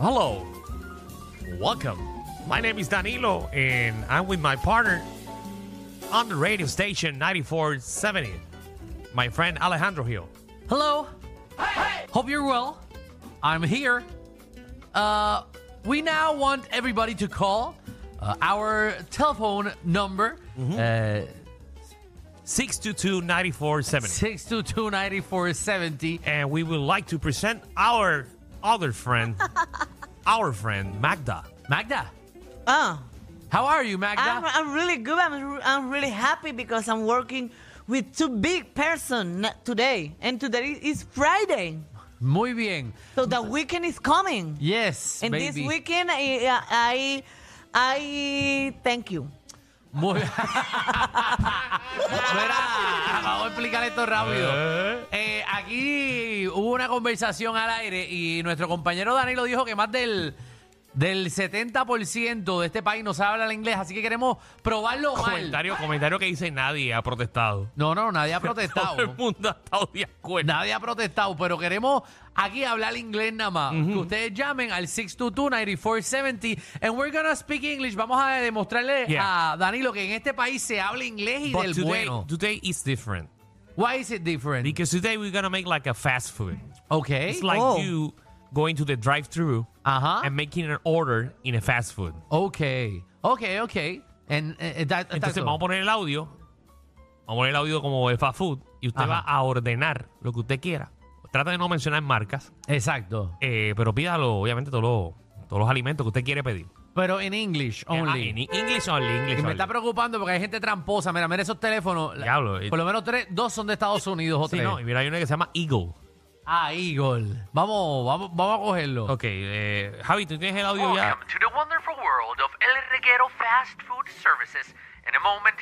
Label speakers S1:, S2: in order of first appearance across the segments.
S1: Hello. Welcome. My name is Danilo, and I'm with my partner on the radio station 9470, my friend Alejandro Hill.
S2: Hello. Hope you're well. I'm here. Uh, we now want everybody to call uh, our telephone number uh,
S1: 622 9470.
S2: 622-9470.
S1: And we would like to present our other friend, our friend, Magda.
S2: Magda,
S3: Oh,
S2: how are you, Magda?
S3: I'm, I'm really good. I'm, re- I'm really happy because I'm working with two big person today, and today is Friday,
S2: Muy bien.
S3: so the weekend is coming.
S2: Yes,
S3: and
S2: baby.
S3: this weekend, I, uh, I, I thank you.
S2: Muy... Mira, vamos a explicar esto rápido. Eh, aquí hubo una conversación al aire y nuestro compañero Danilo dijo que más del, del 70% de este país no sabe hablar inglés, así que queremos probarlo mal.
S1: Comentario, comentario que dice nadie ha protestado.
S2: No, no, nadie ha
S1: Todo el
S2: protestado.
S1: mundo ha estado de acuerdo.
S2: Nadie ha protestado, pero queremos aquí hablar inglés nada más. Que ustedes llamen al 622-9470 and we're gonna speak English. Vamos a demostrarle
S1: Yeah.
S2: a Danilo que en este país se habla inglés y
S1: But
S2: del
S1: today,
S2: bueno.
S1: today is different
S2: Why is it different?
S1: because today we're gonna make like a fast food.
S2: okay.
S1: It's like
S3: Oh.
S1: you going to the drive-through
S2: Ajá.
S1: and making an order in a fast food.
S2: Okay. Okay, okay. And, eh, eh, that- that's
S1: Entonces
S2: all.
S1: vamos a poner el audio, vamos a poner el audio como de fast food y usted
S2: Ajá.
S1: va a ordenar lo que usted quiera. Trata de no mencionar marcas,
S2: Exacto.
S1: eh, pero pídalo obviamente todos los, todos los alimentos que usted quiere pedir.
S2: Pero en English only.
S1: Eh, ah, en English only, English
S2: y me
S1: only.
S2: está preocupando porque hay gente tramposa. Mira, mira esos teléfonos. La-
S1: Diablo, eh.
S2: Por lo menos tres, dos son de Estados Unidos o
S1: Sí,
S2: tres.
S1: no, y mira, hay una que se llama Eagle.
S2: Ah, Eagle. Vamos, vamos, vamos a cogerlo.
S1: Ok, eh, Javi, ¿tú tienes el
S2: Oh,
S1: audio ya?
S4: Welcome to the wonderful world of El Reguero fast food services. In a moment,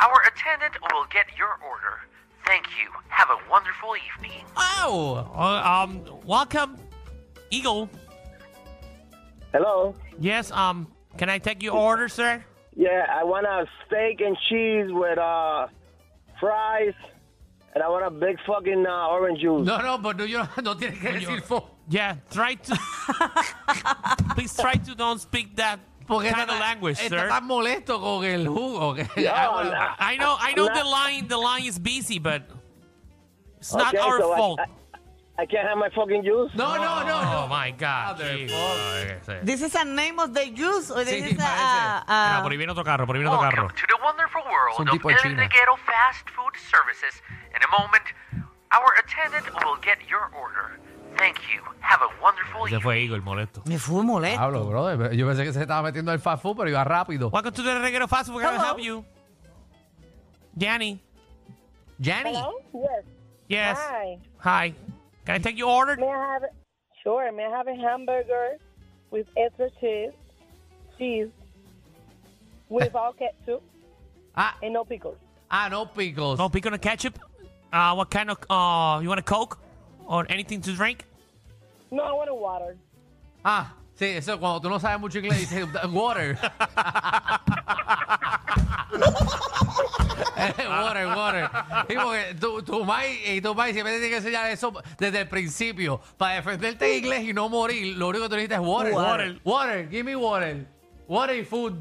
S4: our attendant will get your order. Thank you. Have a wonderful evening.
S2: ¡Au!
S1: Uh, um, welcome, Eagle.
S5: Hello.
S1: Yes, um, can I take your order, sir?
S5: Yeah, I want a steak and cheese with uh, fries, and I want a big fucking uh, orange juice.
S2: No, no, pues no, yo, no tienes que decir fo-
S1: Yeah, try to. Please try to don't speak that
S2: porque
S1: kind
S2: está,
S1: of language,
S2: está
S1: sir.
S2: tan molesto con el jugo. que-
S5: No, no.
S1: I know, I know
S5: No.
S1: the line. The line is busy, but it's not
S5: Okay,
S1: our
S5: so I-
S1: fault.
S5: I, I can't have my fucking juice.
S2: no, no, no, no.
S1: oh my God!
S2: Motherfucker.
S1: jeez.
S3: This is a name of the juice, or this
S2: Sí,
S3: is a,
S2: parece.
S1: Mira,
S3: a-
S1: por ahí viene otro carro, por ahí viene
S5: Oh,
S1: otro carro.
S4: Welcome to the wonderful world
S2: Son
S4: of
S2: tipo de
S4: El
S2: China.
S4: Reguero fast food services. In a moment, our attendant will get your order. Thank you. Have a wonderful
S1: Se
S4: evening.
S1: fue Eagle, molesto.
S3: me fui molesto.
S2: Pablo, brother. Yo pensé que se estaba metiendo al fast food, pero iba rápido.
S1: Welcome to the Reguero Fast Food. How can I
S3: Hello.
S1: help you? Jenny.
S2: Yanni.
S6: Hello? Yes.
S1: Yes.
S6: Hi.
S1: Hi. Can I take your order?
S6: May I have sure, may I have a hamburger with extra cheese cheese without ketchup
S2: Ah,
S6: and no pickles.
S2: ah, no picos.
S1: No pico and ketchup. Uh, what kind of? Uh, you want a Coke or anything to drink?
S6: No, I want a water.
S2: Ah, sí, eso cuando tú no sabes mucho inglés dices "Uh, water. Eh, water, water. Sí, porque tu, tu mai y tu mai siempre te tiene que enseñar eso desde el principio. Para defenderte en inglés y no morir, lo único que tú necesitas es water.
S1: Water.
S2: Water, give me water. Water y food.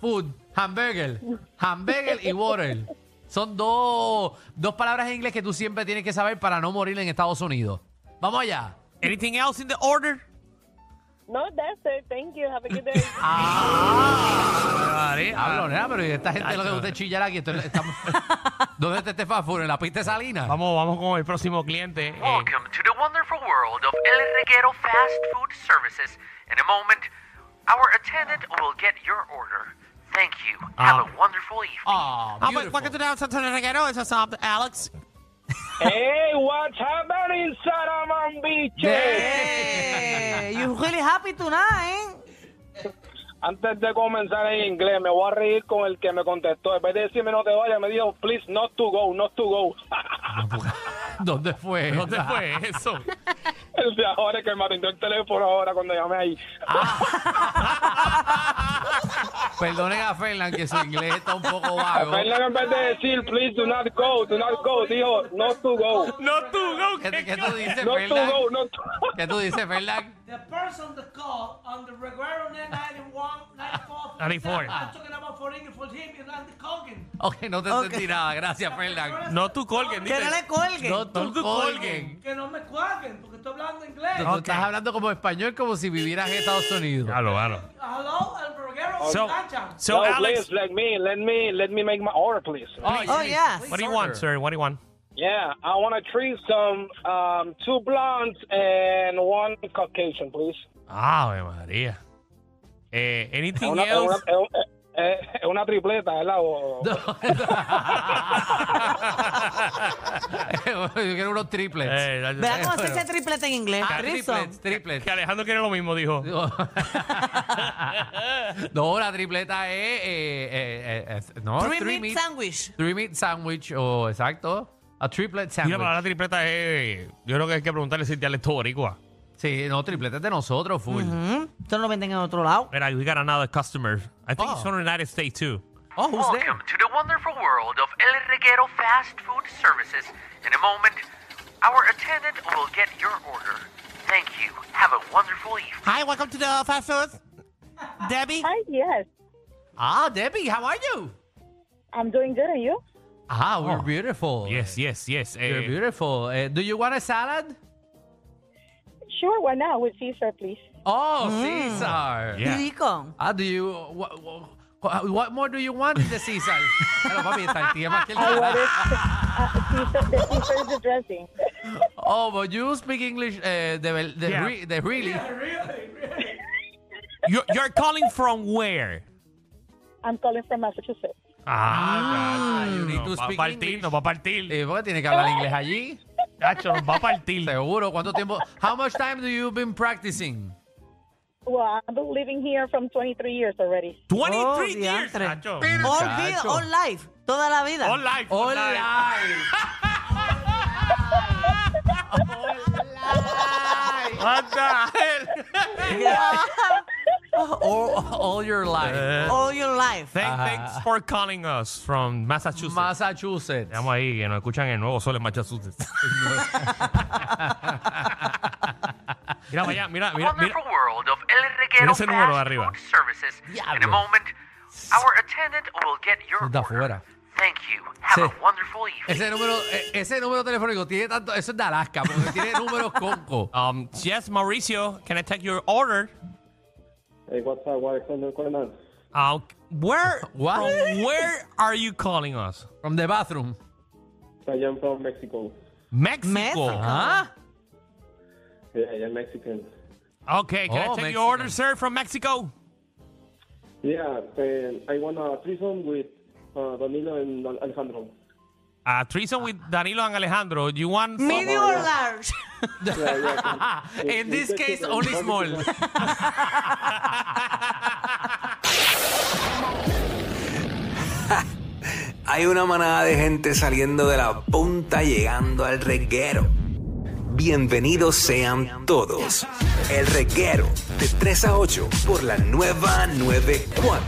S2: Food. Hamburger. Hamburger y water. Son dos, dos palabras en inglés que tú siempre tienes que saber para no morir en Estados Unidos. Vamos allá.
S1: Anything else in the order?
S6: No, that's it. Thank you. Have a good day.
S2: Hablo, nena, pero ¿y esta gente lo que usted chillar aquí. Esto- estamos- ¿Dónde está este fast food? ¿En la pista de Salinas?
S1: Vamos, vamos con el próximo cliente. eh.
S5: Oh,
S4: Welcome to the wonderful world of El Reguero fast food services. In a moment, our attendant will get your order. Thank you. Have a wonderful evening.
S2: Ah,
S1: Ah, but
S2: beautiful.
S1: welcome to the outside to the Reguero. It's uh, Alex.
S5: hey, what's happening, Saramon Beach?
S3: Hey, you really happy tonight? eh?
S5: Antes de comenzar en inglés, me voy a reír con el que me contestó. En vez de decirme no te vayas, me dijo, please, not to go, not to go.
S2: ¿Dónde fue? Ah,
S1: ¿Dónde fue eso?
S5: el de ahora que me atendió el teléfono ahora cuando llamé ahí.
S2: Perdonen a Fernan que su inglés está un poco vago.
S5: Fernan en vez de decir, please do not go, do not go, dijo, no to go.
S1: No tú, no,
S2: ¿Qué,
S1: que-
S2: qué tú dices,
S5: No to
S2: Fernan?
S5: go, no to
S2: ¿Qué tú dices, Fernan?
S7: The person that called on the Reguero 991, 94,
S1: 94.
S7: I'm talking about for him, for him, and Andy Colgan.
S2: Ok, no te
S3: Ok.
S2: entendí nada. Gracias, Fernan.
S1: no tú colguen,
S3: Que no
S1: dice.
S3: le colguen.
S2: No
S1: No
S2: tú
S1: te
S2: colguen.
S1: colguen.
S7: Que no me cuaguen, porque estoy hablando inglés.
S2: Tú estás hablando como español como si vivieras en Estados Unidos.
S1: Claro, claro.
S7: Hello, el Reguero
S1: So,
S7: Cancha.
S1: so
S5: no,
S1: Alex,
S5: please, let me, let me, let me make my order, please.
S3: Oh, yes.
S1: what do you want, sir? What do you want?
S5: Yeah, I want to treat some, um, two blondes and one Caucasian, please.
S1: Ave María. Eh,
S5: Es
S1: anything
S5: una, es una,
S1: else?
S5: es un- es- es una tripleta, ¿verdad? O-
S2: Yo quiero unos triplets.
S1: Eh, la-
S3: Vea cómo se dice tripleta en inglés.
S2: Ah,
S3: Threesome.
S2: triplets, triplets.
S1: que Alejandro quiere lo mismo, dijo.
S2: no, la tripleta es. eh, eh, eh, eh, no,
S3: Three
S2: three
S3: meat
S2: meat-
S3: sandwich.
S2: Three meat sandwich, o exacto. A triplet
S1: Y
S2: sandwich.
S1: la palabra tripleta es. eh, Yo creo que hay que preguntarle si te es todo boricua.
S2: Sí, no, tripleta es de nosotros, full.
S3: Mm, Esto no lo venden en otro lado.
S1: Mira, we got another customer. I think
S2: Oh.
S1: it's from the United States too.
S2: Oh, who's there?
S4: Welcome to the wonderful world of El Reguero Fast Food Services. In a moment, our attendant will get your order. Thank you. Have a wonderful evening.
S1: Hi, welcome to the fast food. Debbie.
S6: Hi, yes.
S2: Ah, Debbie, how are you?
S6: I'm doing good, and you?
S2: Ah, we're beautiful.
S1: Oh. Yes, yes, yes.
S2: You're
S1: Eh,
S2: beautiful. Eh, do you want a salad?
S6: Sure, why not? With Caesar, please.
S2: Oh,
S1: Mm.
S2: Caesar.
S1: Yeah.
S3: Rico.
S2: Ah, do you. What, what, more do you want in the Caesar? Pero, papi, está el tío más que
S1: Ah,
S2: el carajo.
S6: I ordered uh, Caesar, the Caesar is the dressing.
S2: Oh, but you speak English, eh, de, vel- de,
S1: Yeah.
S2: re- de really.
S7: Really, really.
S1: you're, you're calling from where?
S6: I'm calling from Massachusetts.
S1: Ah,
S2: you need
S1: no,
S2: to
S1: va a
S2: speak
S1: partir,
S2: English.
S1: nos va a partir.
S2: Eh, ¿Por qué tiene que hablar inglés allí?
S1: Chacho, nos va a partir.
S2: Seguro. ¿Cuánto tiempo? How much time do you been practicing?
S6: Well, I've been living here from 23 years already.
S1: 23
S3: Oh,
S1: years,
S3: diantre.
S1: chacho.
S3: All vida,
S2: Chacho.
S3: all life. Toda la vida.
S1: All life. all life.
S2: Hola.
S1: Anda, él.
S2: all, all your life.
S3: All your life.
S1: Uh, Thank- Thanks for calling us from Massachusetts.
S2: Massachusetts.
S1: Estamos ahí, que nos escuchan en Nuevo Sol en Massachusetts. mira, vaya, mira, mira, mira.
S4: wonderful world of El Reguero
S1: ese número de
S4: Fast
S1: arriba.
S4: Food Services. In a
S2: Diablo.
S4: moment, our attendant will get your
S2: Eso está
S4: order.
S2: fuera.
S4: Thank you.
S2: Sí.
S4: Have a wonderful evening.
S2: Ese número, eh, ese número telefónico tiene tanto. Eso es de Alaska, porque tiene números conco.
S1: Um, yes, Mauricio, can I take your order?
S5: Hey, what's up, what's up, what's going on?
S1: Uh, where,
S2: What?
S1: from where are you calling us?
S2: From the bathroom.
S5: I am from Mexico.
S1: Mexico.
S3: Mexico.
S2: ¿Ah?
S5: Yeah, I am Mexican.
S1: Okay, can I
S2: Oh,
S1: take your order,
S2: Mexican.
S1: sir, from Mexico?
S5: Yeah, and I want a threesome with uh, Danilo and Al- Alejandro.
S1: A Uh, threesome with Danilo and Alejandro. You want
S3: Medium or large.
S5: Yeah, yeah.
S2: In this case, only small.
S8: Hay una manada de gente saliendo de la punta llegando al reguero. Bienvenidos sean todos. El reguero de 3 a 8 por la nueva 94.